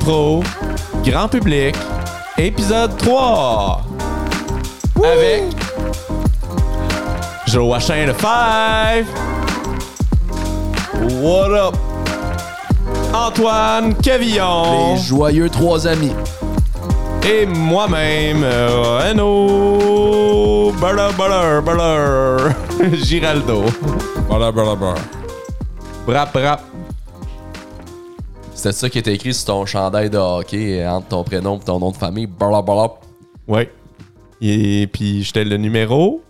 Pro, grand public, épisode 3. Avec Joachim le 5. What up? Antoine Cavillon. Les joyeux trois amis. Et moi-même, euh, Renaud Burler, burler, burler. Giraldo. Voilà, voilà, voilà. Rap, rap. C'était ça qui était écrit sur ton chandail de hockey euh, entre ton prénom et ton nom de famille. Blah, Ouais. Et puis, j'étais le numéro.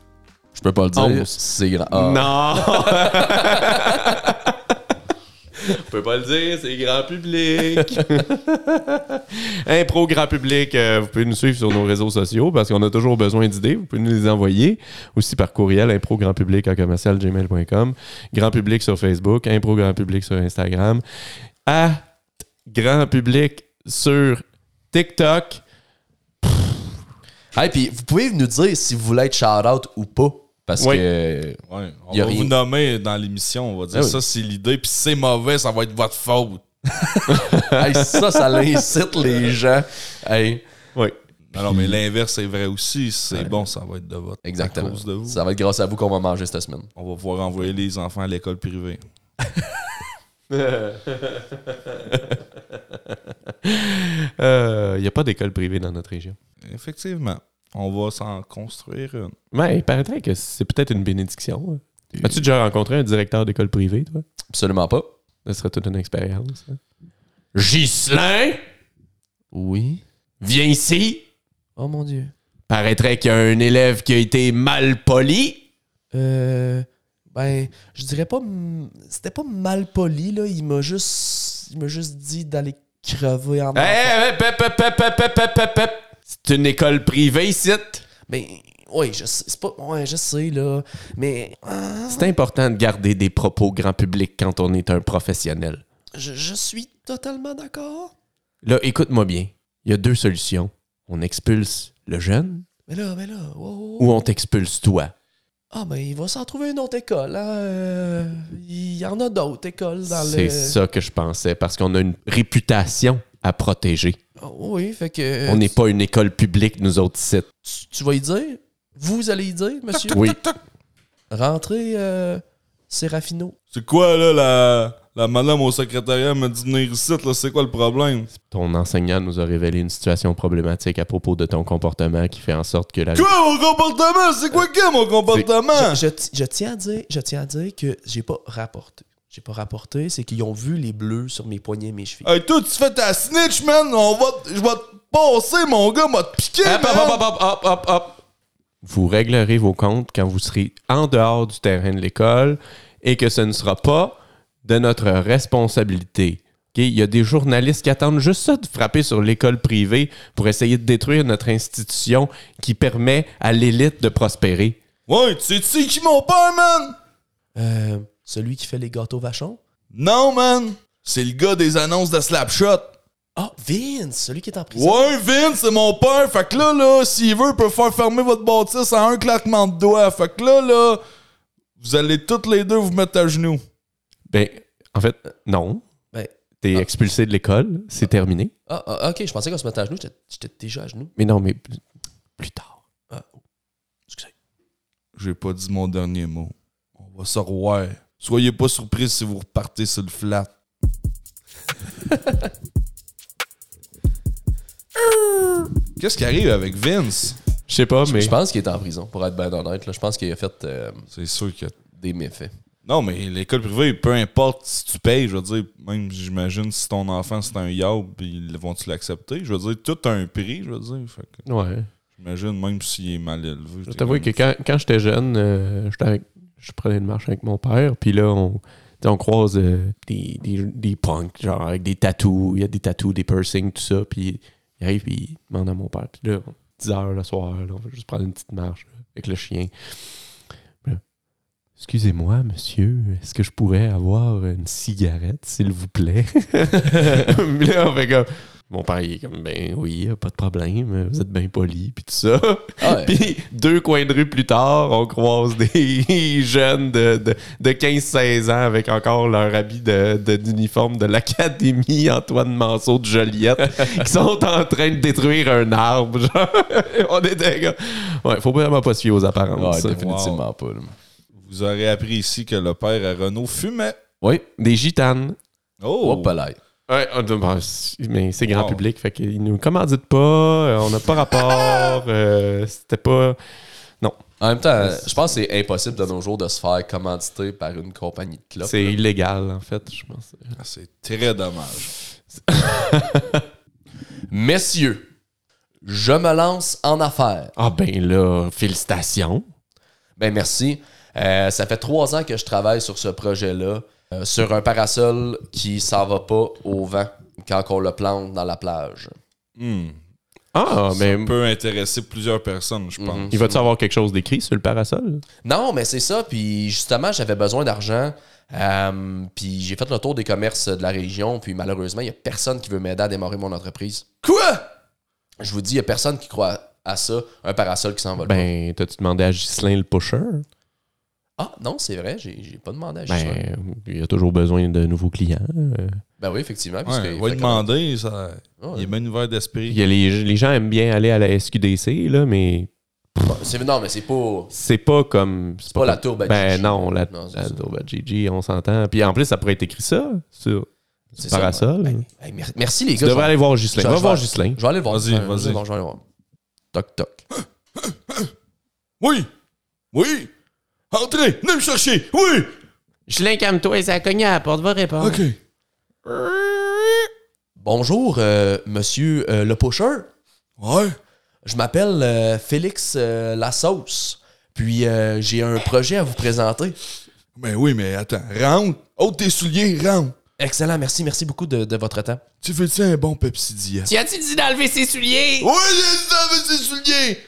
Je peux pas le dire. Onze. C'est grand. Ah. Non! On peut pas le dire, c'est grand public. Impro grand public, euh, vous pouvez nous suivre sur nos réseaux sociaux parce qu'on a toujours besoin d'idées. Vous pouvez nous les envoyer aussi par courriel impro grand public à commercial gmail.com, grand public sur Facebook, impro grand public sur Instagram, à grand public sur TikTok. Hey, puis vous pouvez nous dire si vous voulez être shout-out ou pas. Parce Oui. que. euh, Ouais, on Y a va rien. vous nommer dans l'émission, on va dire Ah oui. ça, c'est l'idée, puis si c'est mauvais, ça va être votre faute. Hey, ça, ça l'incite les gens. Hey, Oui. Non, non, mais l'inverse est vrai aussi, si c'est bon, ça va être de votre exactement. à cause de vous. Ça va être grâce à vous qu'on va manger cette semaine. On va pouvoir envoyer les enfants à l'école privée. Il n'y Euh, a pas d'école privée dans notre région. Effectivement, on va s'en construire une. Mais il paraîtrait que c'est peut-être une bénédiction. hein. As-tu déjà rencontré un directeur d'école privée, toi? Absolument pas. Ce serait toute une expérience. hein. Ghislain, Oui. viens ici. Oh mon Dieu. Paraîtrait qu'il y a un élève qui a été mal poli. Euh, ben, je dirais pas. m- C'était pas mal poli, là. Il m'a juste. Il m'a juste dit d'aller crever en Eh, eh, pep, pep, pep, pep, pep, pep, pep, pep. eh. C'est une école privée, ici. Ben, oui, je sais. C'est pas. Ouais, je sais, là. Mais. ah, C'est important de garder des propos grand public quand on est un professionnel. je, je suis totalement d'accord. Là, écoute-moi bien. Il y a deux solutions. On expulse le jeune Mais là, mais là. wow, wow. ou on t'expulse toi. Ah, ben, il va s'en trouver une autre école, hein. euh, il y en a d'autres écoles dans le. C'est ça que je pensais parce qu'on a une réputation à protéger. Ah, oui, fait que. On n'est pas une école publique, nous autres ici. Tu, tu vas y dire Vous allez y dire, monsieur Oui. Rentrez, euh, Serafino. C'est quoi, là, la, la madame au secrétariat m'a dit de venir ici, là, c'est quoi le problème? Ton enseignant nous a révélé une situation problématique à propos de ton comportement qui fait en sorte que la. Quoi, mon comportement? C'est quoi, que mon Hein? comportement? Je, je ti- je tiens à dire, je tiens à dire que j'ai pas rapporté. J'ai pas rapporté, c'est qu'ils ont vu les bleus sur mes poignets et mes chevilles. Hey, toi, tu fais ta snitch, man! On va, te- je vais te passer, mon gars, m'a te piquer, Hop, hop, man. hop, hop, hop, hop, hop. Vous réglerez vos comptes quand vous serez en dehors du terrain de l'école et que ce ne sera pas de notre responsabilité. OK? Il y a des journalistes qui attendent juste ça de frapper sur l'école privée pour essayer de détruire notre institution qui permet à l'élite de prospérer. Ouais, tu sais-tu qui mon père, man? Euh, celui qui fait les gâteaux vachons. Non, man! C'est le gars des annonces de Slapshot. Ah, Vince, celui qui est en prison. Ouais, Vince, c'est mon père. Fait que là, là, s'il veut, il peut faire fermer votre bâtisse en un claquement de doigts. Fait que là, là, vous allez toutes les deux vous mettre à genoux. Ben, en fait, non. Ben, T'es expulsé de l'école, c'est terminé. ah, ah, ok, je pensais qu'on se mettait à genoux, j'étais- j'étais déjà à genoux. Mais non, mais plus- plus tard. Ah, oh, excusez. J'ai pas dit mon dernier mot. On va se revoir. Soyez pas surpris si vous repartez sur le flat. Qu'est-ce qui arrive avec Vince? Je sais pas, mais. Je pense qu'il est en prison, pour être bien honnête. Là. Je pense qu'il a fait euh, C'est sûr que des méfaits. Non, mais l'école privée, peu importe si tu payes, je veux dire, même j'imagine si ton enfant c'est un yob, ils vont-tu l'accepter? Je veux dire, tout a un prix, je veux dire. Fait que Ouais. j'imagine même s'il est mal élevé. Je t'es t'avoue que comme- quand, quand j'étais jeune, euh, j'étais avec- je prenais une marche avec mon père, puis là, on, tu sais, on croise euh, des, des, des punks, genre avec des tatous, il y a des tatous, des piercings, tout ça, puis il arrive, puis il demande à mon père, puis là, 10 heures le soir, là, on va juste prendre une petite marche là, avec le chien. Puis là, Excusez-moi, monsieur, est-ce que je pourrais avoir une cigarette, s'il vous plaît? Puis là, on fait comme, Mon père, il est comme, ben oui, pas de problème, vous êtes bien poli, puis tout ça. Ah ouais. Puis deux coins de rue plus tard, on croise des jeunes de, de, de 15-16 ans avec encore leur habit de- de- d'uniforme de, l'Académie Antoine Manceau de Joliette qui sont en train de détruire un arbre. genre. on était comme... Ouais, faut vraiment pas se fier aux Ouais, apparences. définitivement pas. là. Vous aurez appris ici que le père à Renault fumait. oui, des gitanes. Oh! Hop là. Ouais, on- bon, c'est- mais c'est grand Oh. public, fait qu'ils nous commanditent pas, euh, on n'a pas rapport, euh, c'était pas... En même temps, euh, je pense que c'est impossible de nos jours de se faire commanditer par une compagnie de clubs. C'est illégal, en fait, je pense. Ah, C'est très dommage. Messieurs, je me lance en affaires. Ah ben là, félicitations. Ben merci. Euh, ça fait trois ans que je travaille sur ce projet-là, euh, sur un parasol qui s'en va pas au vent quand on le plante dans la plage. Hmm. Ah, mais Mhm. Ça peut intéresser plusieurs personnes, je pense. il va-tu avoir quelque chose d'écrit sur le parasol? Non, mais c'est ça. Puis justement, j'avais besoin d'argent. Euh, puis j'ai fait le tour des commerces de la région. Puis malheureusement, il n'y a personne qui veut m'aider à démarrer mon entreprise. Quoi? Je vous dis, il n'y a personne qui croit à ça, un parasol qui s'en va. loin. Ben, t'as-tu demandé à Ghislain le pusher? Ah non, c'est vrai, j'ai j'ai pas demandé à Justin. Ben, Ben, il a toujours besoin de nouveaux clients. Euh, oui, effectivement. Ouais, puisque- on va lui fait demander. Ça... que- Ouais. Il est bien ouvert il d'esprit. y a les, les gens aiment bien aller à la SQDC, là, mais Bon, c'est- Non, mais c'est pas. c'est pas comme... C'est pas la tourbe à Ben Gigi. non, la, Non, c'est la ça. tourbe à Gigi, on s'entend. Puis en plus, ça pourrait être écrit ça, sur C'est le ça, parasol. hein? Ben, hey, mer- merci les tu gars. devrais je- aller voir Ghislain. je- Va je voir vais- Ghislain. Je vais aller le voir. Vas-y, Euh, vas-y. je vais aller le voir. Toc, toc. Oui! Oui! Entrez! Venez me chercher! Oui! Ghislain, calme-toi, ça a cogné à la porte, va répondre. OK. Bonjour, euh, monsieur euh, le pusher. Ouais. Je m'appelle euh, Félix euh, La Sauce. Puis euh, j'ai un projet à vous présenter. Ben oui, mais attends. Rentre! Ôte tes souliers, rentre! Excellent, merci, merci beaucoup de, de votre temps. Tu veux-tu un bon Pepsi Diet? Tu as-tu dit d'enlever ses souliers? Oui, j'ai ça, mais c'est souliers!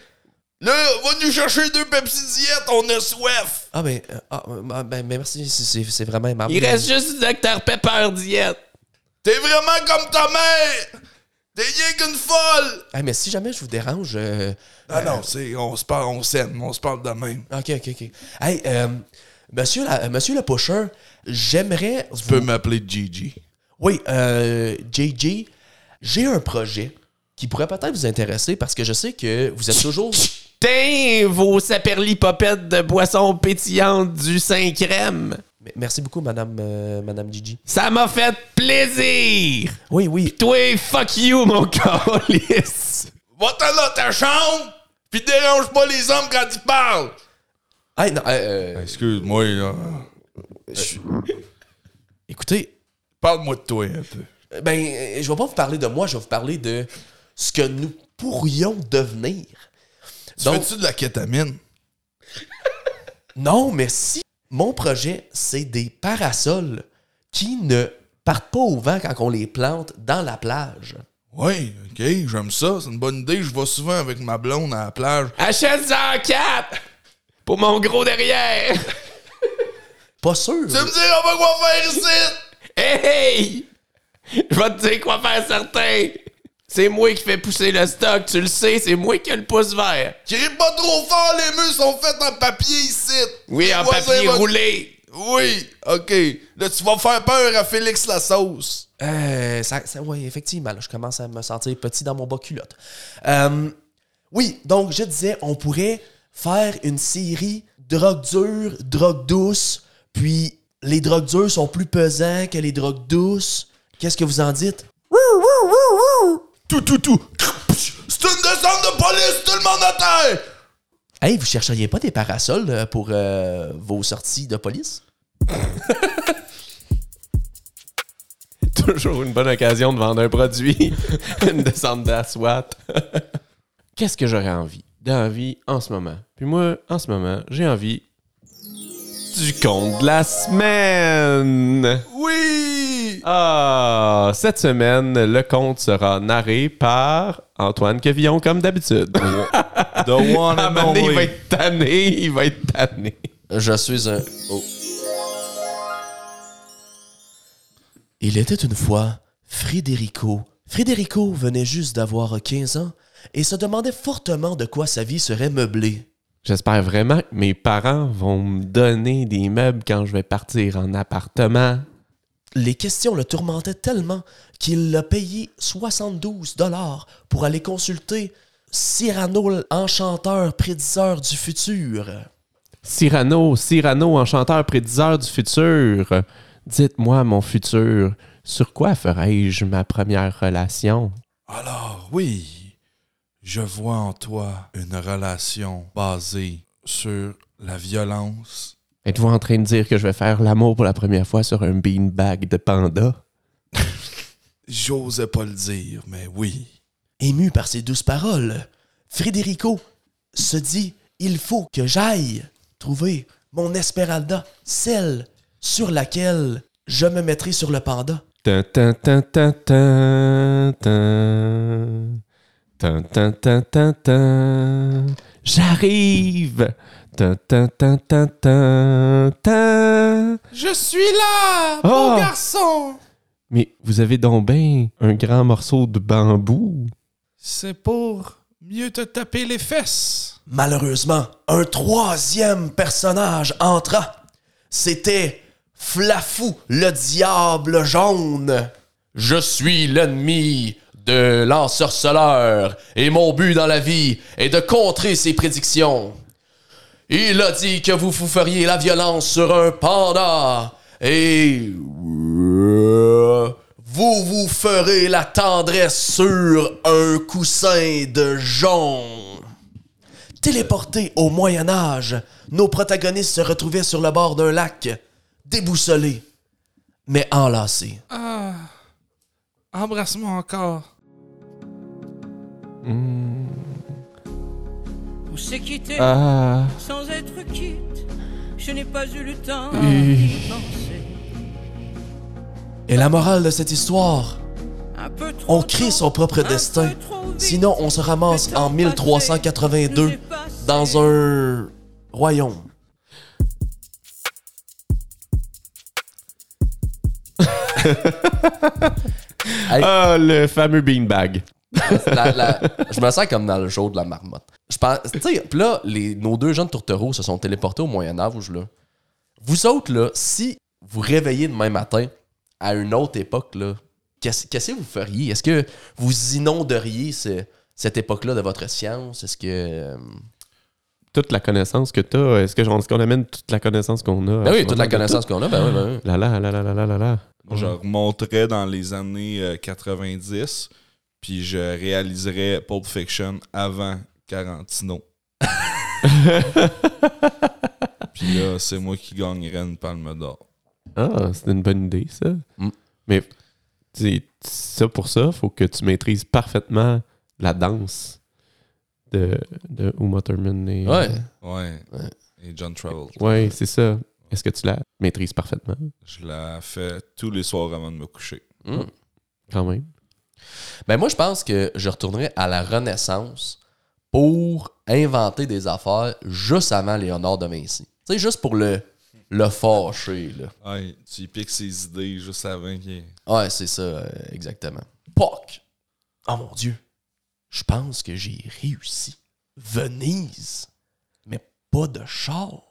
Là, va nous chercher deux Pepsi Diet, on a soif! Ah ben, euh, ah, euh, ah, ben, ben, merci, c'est- c'est c'est vraiment aimable. juste du Dr Pepper diète. T'es vraiment comme ta mère! T'es rien qu'une folle! Ah, mais si jamais je vous dérange... euh, Ah non, c'est, on se parle, on s'aime, on se parle de même. Ok, ok, ok. Hey, euh, monsieur, la- euh, monsieur le pusher, j'aimerais... Tu peux m'appeler Gigi. Oui, euh, JJ, j'ai un projet qui pourrait peut-être vous intéresser parce que je sais que vous êtes toujours... Putain, vos saperlipopettes de boissons pétillantes du Saint-Crème. M- Merci beaucoup, madame, euh, madame Gigi. Ça m'a fait plaisir. Oui, oui, Toi, fuck you, mon calice. Va-t'en dans ta chambre, pis dérange pas les hommes quand ils parlent! Hey, non, euh, euh, Excuse-moi, là. écoutez, Parle-moi de toi un peu. euh, ben, euh, je vais pas vous parler de moi, je vais vous parler de ce que nous pourrions devenir. Donc, Fais-tu de la kétamine? non, mais si mon projet, c'est des parasols qui ne partent pas au vent quand on les plante dans la plage. Oui, ok, j'aime ça, c'est une bonne idée. Je vais souvent avec ma blonde à la plage. Ah, Achète-en quatre pour mon gros derrière. Pas sûr. Tu me dis, on va quoi faire ici? Hey, hey! Je vais te dire quoi faire certain. C'est moi qui fais pousser le stock, tu le sais, c'est moi qui ai le pouce vert. Crie pas trop fort, les murs sont faits en papier ici. Oui, en Voisin papier va- roulé. Oui, ok. Là, tu vas faire peur à Félix la sauce. Euh, ça, ça- ouais, effectivement, là, je commence à me sentir petit dans mon bas culotte. Euh, oui, donc je disais, on pourrait faire une série drogue dure, drogue douce, puis les drogues dures sont plus pesants que les drogues douces. Qu'est-ce que vous en dites? Tout, tout, tout. C'est une descente de police, tout le monde à terre. Hey, vous chercheriez pas des parasols euh, pour euh, vos sorties de police? Toujours une bonne occasion de vendre un produit, une descente de la SWAT. Qu'est-ce que j'aurais envie? D'envie en ce moment. Puis moi, en ce moment, j'ai envie du compte de la semaine. Oui. Ah, cette semaine, le compte sera narré par Antoine Quevillon, comme d'habitude. The one Ah, mané, il va être tanné, il va être tanné. Je suis un. Oh. Il était une fois Federico Frédérico venait juste d'avoir 15 ans et se demandait fortement de quoi sa vie serait meublée. J'espère vraiment que mes parents vont me donner des meubles quand je vais partir en appartement. Les questions le tourmentaient tellement qu'il a payé 72 dollars pour aller consulter Cyrano enchanteur prédiseur du futur. Cyrano, Cyrano, enchanteur prédiseur du futur. Dites-moi mon futur. Sur quoi ferai-je ma première relation? Alors, oui, je vois en toi une relation basée sur la violence. Êtes-vous en train de dire que je vais faire l'amour pour la première fois sur un beanbag de panda? J'osais pas le dire, mais oui. Ému par ces douces paroles, Frédérico se dit Il faut que j'aille trouver mon Esmeralda, celle sur laquelle je me mettrai sur le panda. Tin, tin, tin, tin, tin, tin. Tin, tin, tin, tin, tin. J'arrive! Tin, tin, tin, tin, tin, tin. Je suis là, mon Oh! garçon! Mais vous avez donc ben un grand morceau de bambou. C'est pour mieux te taper les fesses. Malheureusement, un troisième personnage entra. C'était Flafou, le diable jaune. Je suis l'ennemi de l'ensorceleur et mon but dans la vie est de contrer ses prédictions. Il a dit que vous vous feriez la violence sur un panda et euh, vous vous ferez la tendresse sur un coussin de jonc. Téléportés au Moyen Âge, nos protagonistes se retrouvaient sur le bord d'un lac, déboussolés, mais enlacés. Ah, embrasse-moi encore. On s'est quitté Ah, sans être quitte. Je n'ai pas eu le temps Hum. d'y penser. Et la morale de cette histoire, Un peu trop on crée son propre destin. Sinon, on se ramasse en 1382 dans un royaume. ah, le fameux beanbag. La- la- je me sens comme dans le show de la marmotte. Je pense, tu sais, pis là, les, nos deux jeunes tourtereaux se sont téléportés au Moyen Âge là. Vous autres là, si vous réveillez demain matin à une autre époque là, qu'est-ce qu'est-ce que vous feriez Est-ce que vous inonderiez ce- cette époque-là de votre science Est-ce que euh, Toute la connaissance que t'as, est-ce que genre, est-ce qu'on amène toute la connaissance qu'on a? ben à oui, ce toute la moment-là? connaissance qu'on a, ben oui, ben oui. Là, là, là, là, là, là, là, là. Je remonterais dans les années euh, 90, puis je réaliserais Pulp Fiction avant Carantino. puis là, c'est moi qui gagnerais une palme d'or. Ah, c'est une bonne idée, ça. Mm. Mais tu sais, ça pour ça, faut que tu maîtrises parfaitement la danse de, de Uma Thurman et. euh, Ouais. Ouais. Ouais. Et John Travolta. Ouais, c'est ça. Est-ce que tu la maîtrises parfaitement? Je la fais tous les soirs avant de me coucher. Hmm. Quand même. Ben moi, je pense que je retournerais à la Renaissance pour inventer des affaires juste avant Léonard de Vinci. Tu sais, juste pour le, le fâcher, là. Ouais, tu y piques ses idées juste avant qu'il. Ouais, c'est ça, euh, exactement. Poc! Oh mon Dieu! Je pense que j'ai réussi. Venise! Mais pas de char!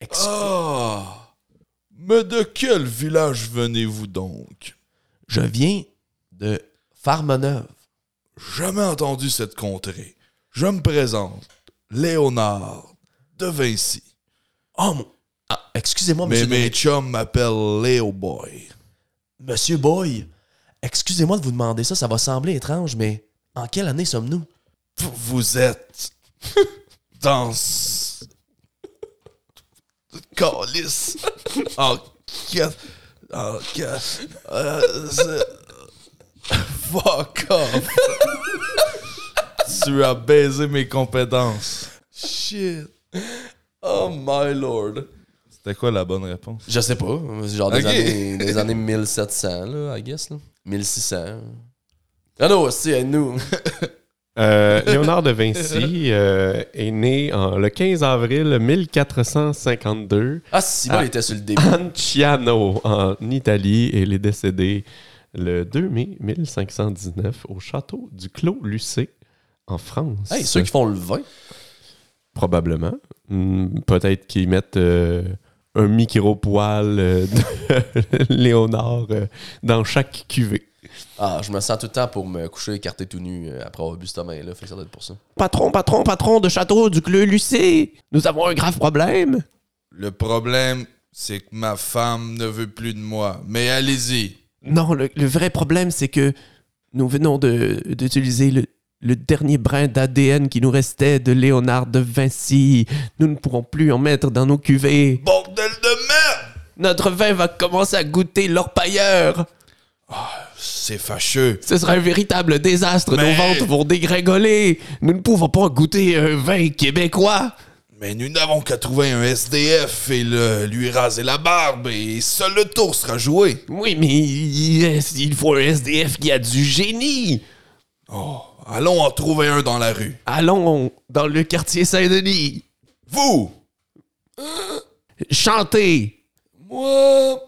Ex- Ah! Mais de quel village venez-vous donc? Je viens de Farmeneuve. Jamais entendu cette contrée. Je me présente, Léonard de Vinci. Oh mon... Ah, excusez-moi, Mais monsieur... mes chums m'appellent Léo Boy. Monsieur Boy, excusez-moi de vous demander ça, ça va sembler étrange, mais en quelle année sommes-nous? P- Vous êtes dans. Calice. En. ca- En. ca- euh, c'est- Fuck off. tu as baisé mes compétences. Shit. Oh my lord. C'était quoi la bonne réponse? Je sais pas, c'est genre des, Ok. années, des années 1700, là, I guess, là. 1600. Ah non, c'est nous. Euh, Léonard de Vinci euh, est né en- le 15 avril 1452 Ah, si, moi, Ah. il était sur le début. à Anciano, en Italie, et il est décédé le 2 mai 1519 au château du Clos Lucé en France. Hey, ceux qui font le vin. Probablement. Hmm, Peut-être qu'ils mettent euh, un micro-poil euh, de Léonard euh, dans chaque cuvée. Ah, je me sens tout le temps pour me coucher écarté tout nu euh, après avoir bu ce main là Fait que ça doit être pour ça. Patron, patron, patron de château du Clos Lucé, nous avons un grave problème. Le problème, c'est que ma femme ne veut plus de moi. Mais allez-y. Non, le, le vrai problème, c'est que nous venons de- d'utiliser le, le dernier brin d'ADN qui nous restait de Léonard de Vinci. Nous ne pourrons plus en mettre dans nos cuvées. Bordel de merde! Notre vin va commencer à goûter l'orpailleur. C'est fâcheux. Ce sera un véritable désastre. Mais- Nos ventes vont dégringoler. Nous ne pouvons pas goûter un vin québécois. Mais nous n'avons qu'à trouver un SDF et le, lui raser la barbe et seul le tour sera joué. Oui, mais il, il faut un SDF qui a du génie. Allons en trouver un dans la rue. Allons dans le quartier Saint-Denis. Vous! Chantez. Moi,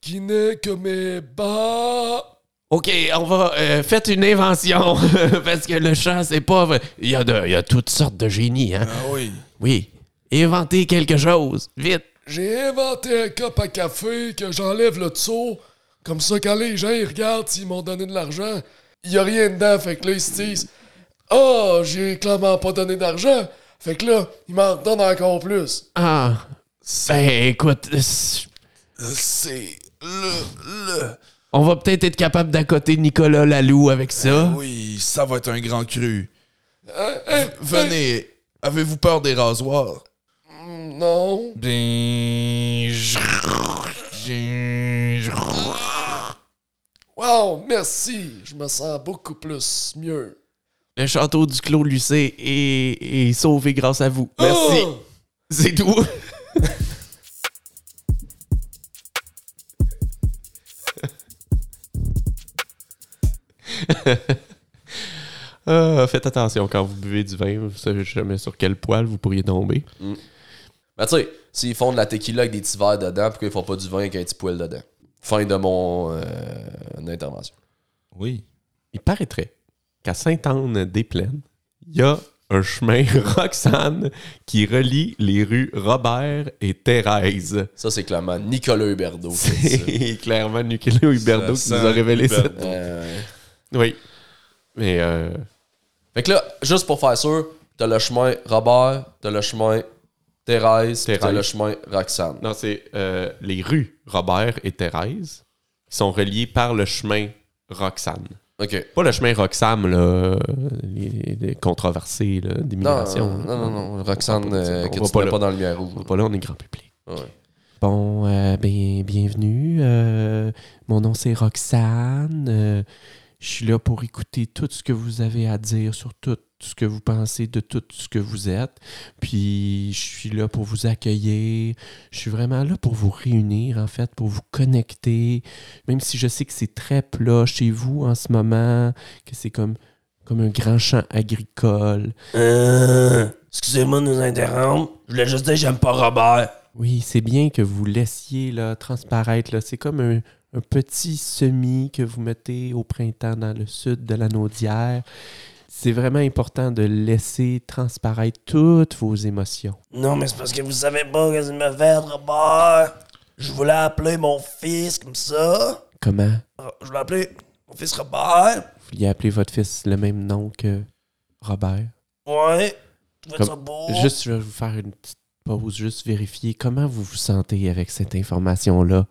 qui n'ai que mes bas. OK, on va. euh, faites une invention. parce que le chant, c'est pas. vrai. Il y, a de- il y a toutes sortes de génies, hein. Ah oui. Oui. Inventez quelque chose. Vite. J'ai inventé un cup à café que j'enlève le dessous. Comme ça, quand les gens ils regardent s'ils m'ont donné de l'argent, il y a rien dedans. Fait que là, ils se disent Ah, j'ai clairement pas donné d'argent. Fait que là, ils m'en donnent encore plus. Ah. Ben, écoute. c'est- C'est le. le. On va peut-être être capable d'accoter Nicolas Lalou avec ça. Oui, ça va être un grand cru. Hein, Venez, avez-vous peur des rasoirs? Hmm, Non. Wow, merci. Je me sens beaucoup plus mieux. Le château du Clos Lucé est, est sauvé grâce à vous. Merci. Oh! C'est tout. Ah, faites attention quand vous buvez du vin, vous savez jamais sur quel poil vous pourriez tomber. Ben, tu sais, s'ils font de la tequila avec des petits verres dedans, pourquoi ils font pas du vin avec un petit poil dedans? Fin de mon euh, intervention. Oui. Il paraîtrait qu'à Sainte-Anne-des-Plaines, il y a un chemin Roxane qui relie les rues Robert et Thérèse. Ça, c'est clairement Nicolas Huberdeau. qui a dit ça. C'est clairement Nicolas Huberdeau qui Ça nous a sent révélé ça. Huberdeau. Euh, Oui. Mais euh, Fait que là, juste pour faire sûr, t'as le chemin Robert, t'as le chemin Thérèse, Thérèse. t'as le chemin Roxane. Non, c'est euh, les rues Robert et Thérèse qui sont reliées par le chemin Roxane. OK. Pas le chemin Roxane, là, euh, les, les controversés là, Non, d'immigration. non, non, non, Roxane, euh, que hein. on tu va pas mets pas, là. dans le lumière On rouge. va pas là, on est grand public. Ouais. Bon, euh, ben, bienvenue. Euh, mon nom, c'est Roxane. Euh, je suis là pour écouter tout ce que vous avez à dire sur tout ce que vous pensez de tout ce que vous êtes. Puis, je suis là pour vous accueillir. Je suis vraiment là pour vous réunir, en fait, pour vous connecter. Même si je sais que c'est très plat chez vous en ce moment, que c'est comme, comme un grand champ agricole. Euh, excusez-moi de nous interrompre. Je voulais juste dire j'aime pas Robert. Oui, c'est bien que vous laissiez là, transparaître. Là. C'est comme un, un petit semis que vous mettez au printemps dans le sud de la Naudière. C'est vraiment important de laisser transparaître toutes vos émotions. Non, mais c'est parce que vous savez pas que c'est me fait, Robert. Je voulais appeler mon fils comme ça. Euh, Comment Je voulais appeler mon fils Robert. vous vouliez appeler votre fils le même nom que Robert? Ouais. Je trouvais ça Comme- beau. Juste, je vais vous faire une petite pause, juste vérifier comment vous vous sentez avec cette information-là,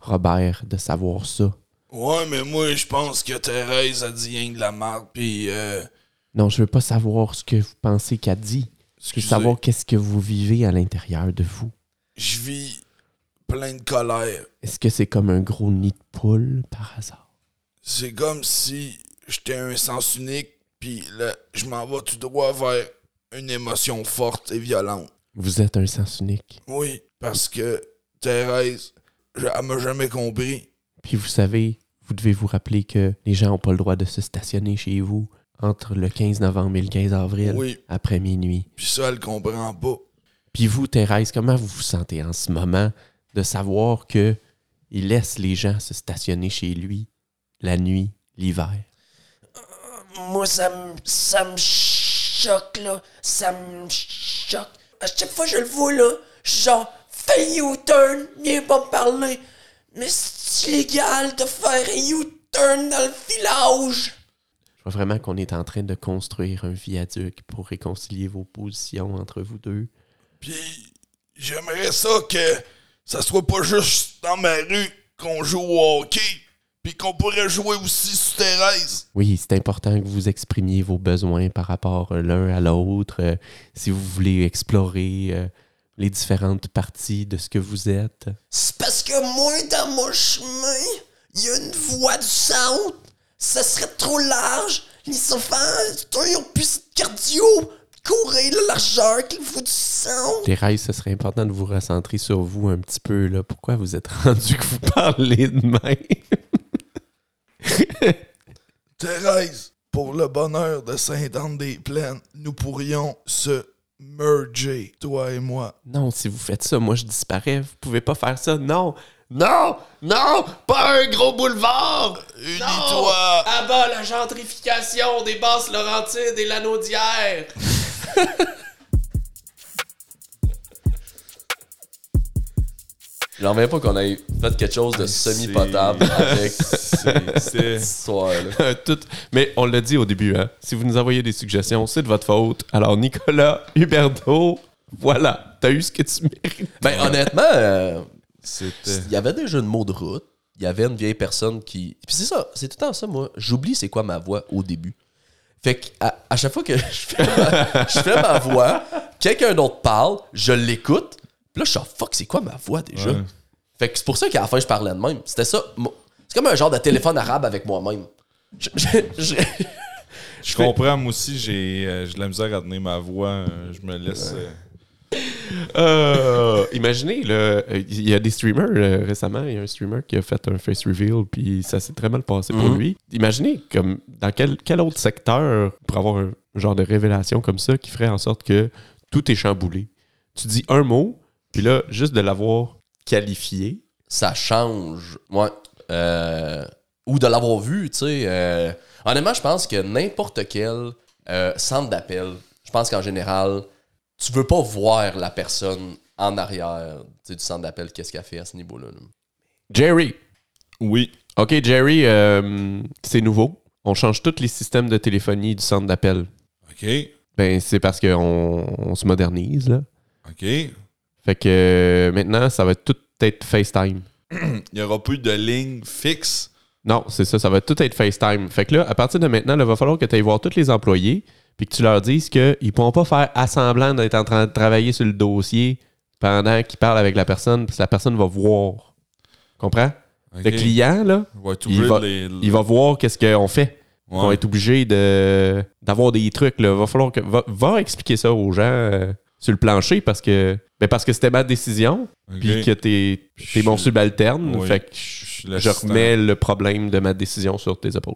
Robert, de savoir ça. Ouais, mais moi, je pense que Thérèse a dit rien de la marque, pis euh. Non, je veux pas savoir ce que vous pensez qu'a dit. Je veux excusez, savoir qu'est-ce que vous vivez à l'intérieur de vous. Je vis plein de colère. Est-ce que c'est comme un gros nid de poule par hasard? C'est comme si j'étais un sens unique, pis là, je m'en vais tout droit vers une émotion forte et violente. Vous êtes un sens unique. Oui, parce que Thérèse, je- elle m'a jamais compris. Puis vous savez, vous devez vous rappeler que les gens n'ont pas le droit de se stationner chez vous entre le 15 novembre et le 15 avril, Oui, après minuit. puis ça, elle comprend pas. Puis vous, Thérèse, comment vous vous sentez en ce moment de savoir que il laisse les gens se stationner chez lui la nuit, l'hiver. Moi, ça me ça me choque, là. Ça me choque. À chaque fois que je le vois, là, je suis genre, fais un U-turn, viens pas me parler. Mais c'est illégal de faire un U-turn dans le village. Je vois vraiment qu'on est en train de construire un viaduc pour réconcilier vos positions entre vous deux. Puis j'aimerais ça que ça soit pas juste dans ma rue qu'on joue au hockey, puis qu'on pourrait jouer aussi sous Thérèse. Oui, c'est important que vous exprimiez vos besoins par rapport euh, l'un à l'autre. euh, si vous voulez explorer euh, les différentes parties de ce que vous êtes. C'est parce que moi, dans mon chemin, il y a une voie du centre. Ça serait trop large. Les enfants, toi, ils ont plus de cardio. Courir la largeur qu'il faut du centre. Thérèse, ce serait important de vous recentrer sur vous un petit peu. Là. Pourquoi vous êtes rendu que vous parlez de même? Thérèse, pour le bonheur de Sainte-Anne-des-Plaines, nous pourrions se merger, toi et moi. Non, si vous faites ça, moi je disparais. Vous pouvez pas faire ça. Non! Non! Non! Pas un gros boulevard! Unis-toi! À bas la gentrification des basses Laurentides et l'anneau d'hier! J'en reviens pas qu'on ait fait quelque chose Ah, de semi-potable avec C'est- c'est- cette histoire-là. Tout- Mais on l'a dit au début, hein. Si vous nous envoyez des suggestions, c'est de votre faute. Alors, Nicolas Huberto, voilà. T'as eu ce que tu mérites. Ben, honnêtement, euh, C'était. il y avait des jeux de mots de route. Il y avait une vieille personne qui. Puis c'est ça, c'est tout le temps ça, moi. J'oublie c'est quoi ma voix au début. Fait que à, à chaque fois que je fais ma, je fais ma voix, quelqu'un d'autre parle, je l'écoute. Puis là, je suis genre, fuck, c'est quoi ma voix déjà? Ouais. Fait que c'est pour ça qu'à la fin, je parlais de même. C'était ça. mo- C'est comme un genre de téléphone arabe avec moi-même. Je- je- je- Je comprends, moi aussi, j'ai euh, j'ai de la misère à tenir ma voix. euh, je me laisse. euh, Euh, imaginez, là, euh, il y a des streamers euh, récemment, il y a un streamer qui a fait un face reveal, puis ça s'est très mal passé pour lui. Imaginez, comme dans quel, quel autre secteur pour avoir un genre de révélation comme ça qui ferait en sorte que tout est chamboulé. Tu dis un mot, puis là, juste de l'avoir qualifié. ça change. Ouais. Euh, ou de l'avoir vu, tu sais. euh, honnêtement, je pense que n'importe quel euh, centre d'appel, je pense qu'en général, tu veux pas voir la personne en arrière tu sais, du centre d'appel, qu'est-ce qu'elle fait à ce niveau-là. là. Jerry. Oui. OK, Jerry, euh, c'est nouveau. On change tous les systèmes de téléphonie du centre d'appel. OK. Ben, c'est parce qu'on on se modernise, là. OK. Il Fait que euh, maintenant, ça va tout être FaceTime. n'y aura plus de ligne fixe. Non, c'est ça, ça va tout être FaceTime. Fait que là, à partir de maintenant, il va falloir que tu ailles voir tous les employés puis que tu leur dises qu'ils ne pourront pas faire assemblant d'être en train de travailler sur le dossier pendant qu'ils parlent avec la personne, parce que la personne va voir. Comprends? OK. Le client, là, Il va être il obligé va- de les- il va voir qu'est-ce qu'on fait. Ouais. On va être obligé de, d'avoir des trucs. Là. Va falloir que. Va, va expliquer ça aux gens euh, sur le plancher parce que. Ben parce que c'était ma décision. OK. Puis que t'es, Je t'es mon suis- subalterne. Oui. Fait que Je je, suis je l'assistant. remets le problème de ma décision sur tes épaules.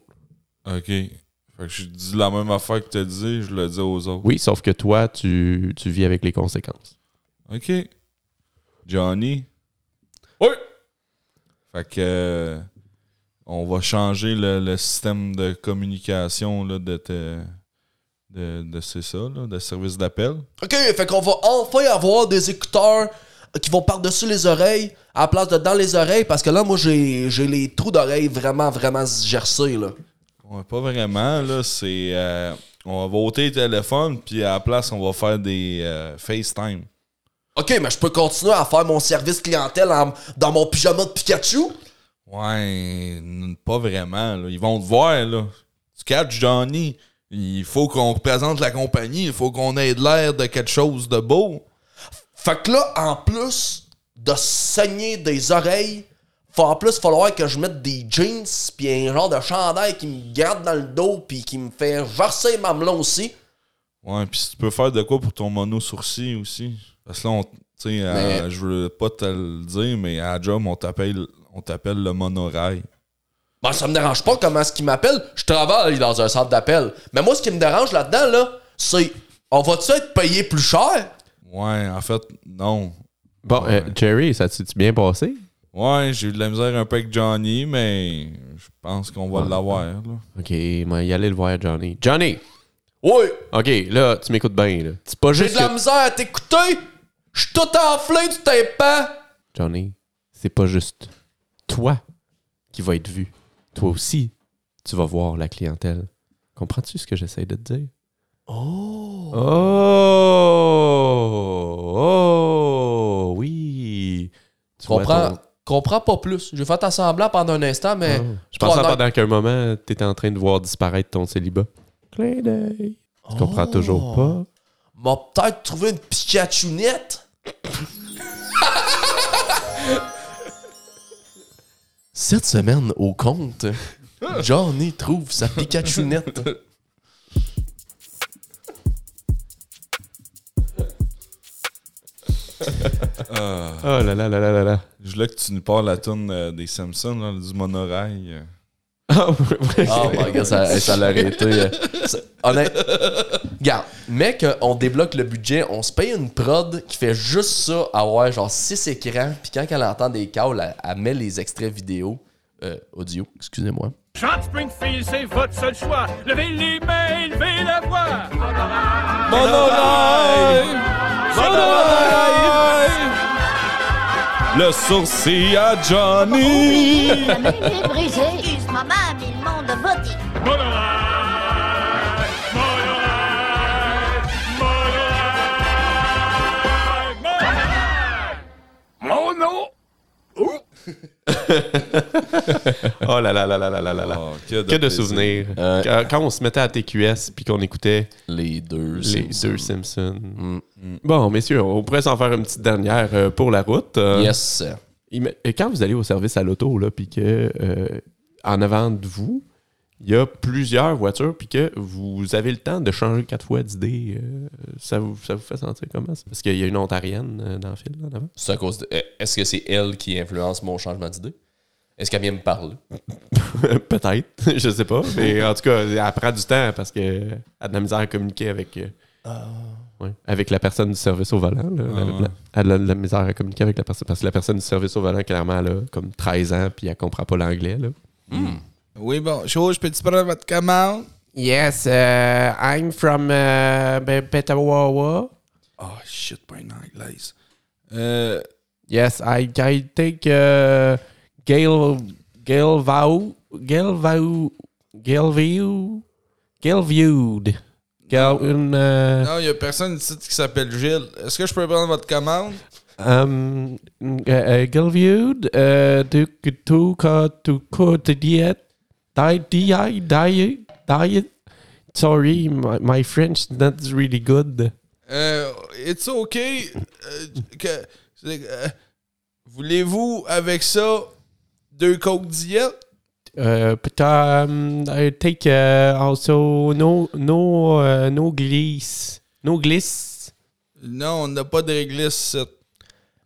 OK. Fait que je dis la même affaire que tu dit, je le dis aux autres. Oui, sauf que toi, tu, tu vis avec les conséquences. OK. Johnny. Oui. Fait que. euh, On va changer le, le système de communication là, de, te- de, de c'est ça, là, de service d'appel. OK, fait qu'on va enfin avoir des écouteurs qui vont par-dessus les oreilles à la place de dans les oreilles, parce que là, moi, j'ai j'ai les trous d'oreilles vraiment, vraiment gercés, là. Ouais, pas vraiment, là. C'est. euh, on va ôter le téléphone, puis à la place, on va faire des euh, FaceTime. OK, mais je peux continuer à faire mon service clientèle en- dans mon pyjama de Pikachu? Ouais, n- pas vraiment, là. Ils vont te voir, là. Tu catches Johnny. Il faut qu'on représente la compagnie. Il faut qu'on ait de l'air de quelque chose de beau. Fait que là, en plus de saigner des oreilles, faut en plus falloir que je mette des jeans puis un genre de chandail qui me garde dans le dos puis qui me fait verser les mamelons aussi. Ouais, puis si tu peux faire de quoi pour ton mono sourcil aussi. Parce que là, on, tu sais, à- je veux pas te le dire, mais à la job, on t'appelle, on t'appelle le monorail. Ben, ça me dérange pas comment ce qu'ils m'appellent. Je travaille dans un centre d'appel. Mais moi, ce qui me dérange là-dedans, là, c'est on va-tu être payé plus cher? Ouais, en fait, non. Bon, euh, Jerry, ça s'est bien passé? Ouais, j'ai eu de la misère un peu avec Johnny, mais je pense qu'on va l'avoir. là. OK, moi, y aller le voir, Johnny. Johnny! Oui! OK, là, tu m'écoutes bien, là. C'est pas J'ai juste de la que... misère à t'écouter. Je suis tout enflé du tympan. Johnny, c'est pas juste toi qui va être vu. Toi aussi, tu vas voir la clientèle. Comprends-tu ce que j'essaie de te dire? Oh! Oh! Oh! Oui! Tu vois Comprends, ton- comprends pas plus. J'ai fait un semblant pendant un instant, mais. Oh. Je pensais hein, Trois pendant qu'un moment, t'étais en train de voir disparaître ton célibat. Clin d'œil. Tu comprends toujours pas? m'a peut-être trouvé une Pikachu-nette. Cette semaine, au compte, Johnny trouve sa Pikachu-nette. Oh là là là là là là. Je voulais que tu nous parles la tune des Simpsons, là, du monorail. euh. Ah, oui, oui. Oh my god, ça, ça l'aurait été. euh, ça- honnête. Regarde, mec, euh, on débloque le budget, on se paye une prod qui fait juste ça, à ouais, genre 6 écrans, puis quand elle entend des calls, elle, elle met les extraits vidéo, euh, audio, excusez-moi. Chante Springfield, c'est votre seul choix. Levez les mains, levez la voix. Le sourcil à Johnny! La main est brisée. Excuse-moi, mais le monde a voté. Monorail, monorail, monorail, monorail. Mono. Oh là là là là là là là là. Oh, que de, Que de plaisir. souvenirs. Euh, Quand, quand on se mettait à TQS puis qu'on écoutait Les deux. les Simpsons. Mm, deux Simpsons. Bon, messieurs, on pourrait s'en faire une petite dernière euh, pour la route. Euh, Yes. ima- et Quand vous allez au service à l'auto, là, puis que euh, en avant de vous, il y a plusieurs voitures, puis que vous avez le temps de changer quatre fois d'idée, euh, ça, vous, ça vous fait sentir comment? ça? Parce qu'il y a une Ontarienne euh, dans le fil, là, en avant. C'est à cause de. euh, Est-ce que c'est elle qui influence mon changement d'idée? Est-ce qu'elle vient me parler? Peut-être, je sais pas. Mais en tout cas, elle prend du temps parce qu'elle a de la misère à communiquer avec, euh, ouais, avec la personne du service au volant. là. Elle a de la- Elle a de la misère à communiquer avec la personne parce que la personne du service au volant, clairement, elle a comme 13 ans puis elle comprend pas l'anglais. là. Oui, bon, chaud, je peux-tu prendre votre commande? Yes, uh, I'm from uh, Petawawa. Oh shit, pas une anglaise. Euh, Yes, I, take Gale, Gale Vau. Gale Vau. Gale View. Gale Viewed. um, non, il y a personne ici qui s'appelle Gilles. Est-ce que je peux prendre votre commande? Um, uh, uh, Gilviewd, uh, du tu ka tu ko te diet, di di diet diet. Sorry, my, my French not really good. Euh, it's ok. euh, que- c'est- euh, Voulez-vous avec ça deux coques diète? Uh, but um, I take uh, also no no uh, no gliss no gliss. Non, on n'a pas de réglisse. c'est-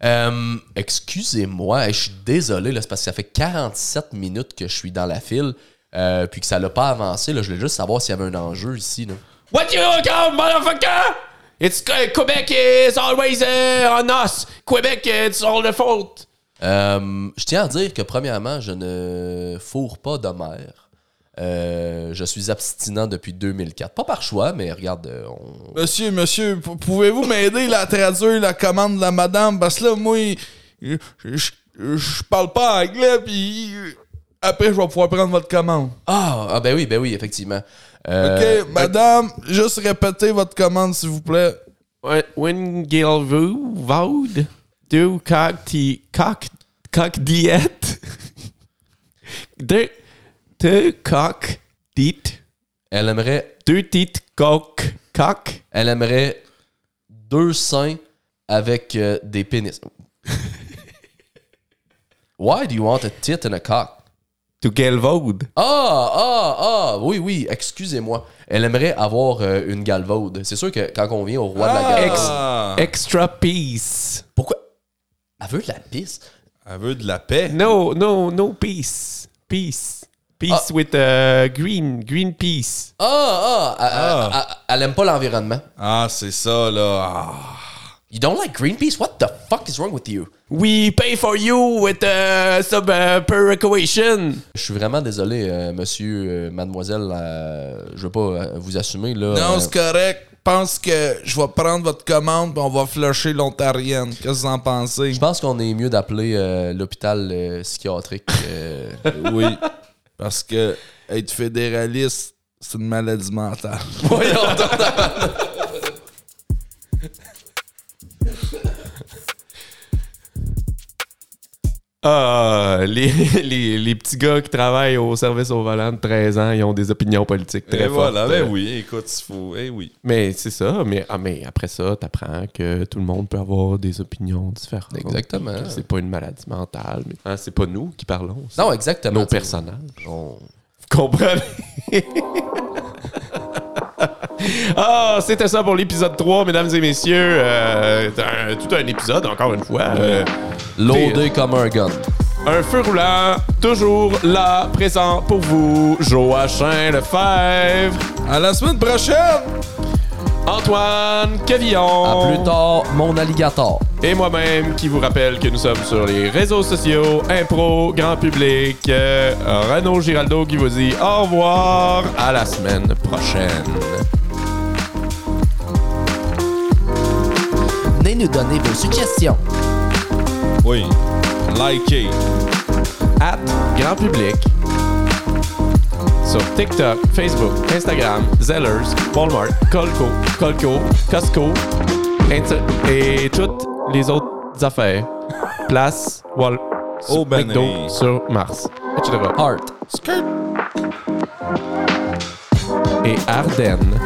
Euh, Excusez-moi, je suis désolé, là, c'est parce que ça fait 47 minutes que je suis dans la file, euh, puis que ça l'a pas avancé. Là, je voulais juste savoir s'il y avait un enjeu ici. Là. What you look out, motherfucker? It's uh, Quebec is always uh, on us. Quebec, eh, it's all the fault. Euh, je tiens à dire que, premièrement, je ne fourre pas d'Homère. Euh, je suis abstinent depuis 2004. Pas par choix, mais regarde, euh, on... Monsieur, monsieur, p- pouvez-vous m'aider là, à traduire la commande de la madame? Parce que là, moi, je- je je parle pas anglais, puis après, je vais pouvoir prendre votre commande. ah, ah, ben oui, ben oui, effectivement. Ok, Euh, madame, juste répétez votre commande, s'il vous plaît. When Gilvu vowed do cock t cock cock diet de te cock dit Elle aimerait, deux titres cock cock elle aimerait deux seins avec euh, des pénis. Why do you want a tit and a cock? to Gelvode. Ah, ah, ah, oui, oui, excusez-moi. Elle aimerait avoir euh, une galvaude. C'est sûr que quand on vient au roi de la galvaude... Ah, Extra piece. Pourquoi? Elle veut de la pisse? elle veut de la paix. No, no, no piece. Peace. Peace with uh, green, green peace. Ah, ah, elle- elle- elle- elle aime pas l'environnement. Ah, c'est ça, là. Ah. You don't like Greenpeace? What the fuck is wrong with you? We pay for you with uh, some uh, perquisition. Je suis vraiment désolé, euh, monsieur, euh, mademoiselle. euh, je veux pas euh, vous assumer, là. Non, euh, c'est correct. Je pense que je vais prendre votre commande puis on va flusher l'Ontarienne. Qu'est-ce que vous en pensez? je pense qu'on est mieux d'appeler euh, l'hôpital euh, psychiatrique. euh, Oui. Parce que être fédéraliste, c'est une maladie mentale. Ah, les, les, les petits gars qui travaillent au service au volant de 13 ans, ils ont des opinions politiques très Et fortes. voilà, Euh, ben oui, écoute, il faut. Eh oui. Mais c'est ça, mais, ah, mais après ça, t'apprends que tout le monde peut avoir des opinions différentes. Exactement. Que C'est pas une maladie mentale, mais hein, c'est pas nous qui parlons, c'est non, exactement. nos t'sais. personnages. On- Vous comprenez? Ah, c'était ça pour l'épisode 3, mesdames et messieurs. Euh, un- tout un épisode, encore une fois. Euh, Loadé comme un gun. Un feu roulant, toujours là, présent pour vous. Joachim Lefebvre, À la semaine prochaine! Antoine Cavillon. À plus tard, mon alligator. Et moi-même qui vous rappelle que nous sommes sur les réseaux sociaux, impro, grand public. Euh, Renaud Giraldo qui vous dit au revoir à la semaine prochaine. Venez nous donner vos suggestions. Oui. Likez. at Grand Public sur TikTok, Facebook, Instagram, Zellers, Walmart, Colco, Colco, Costco Inter- et toutes les autres affaires. Place, Wal, Oh, ben McDo oui. Ah. sur Mars, etc. Heart. Et Ardennes.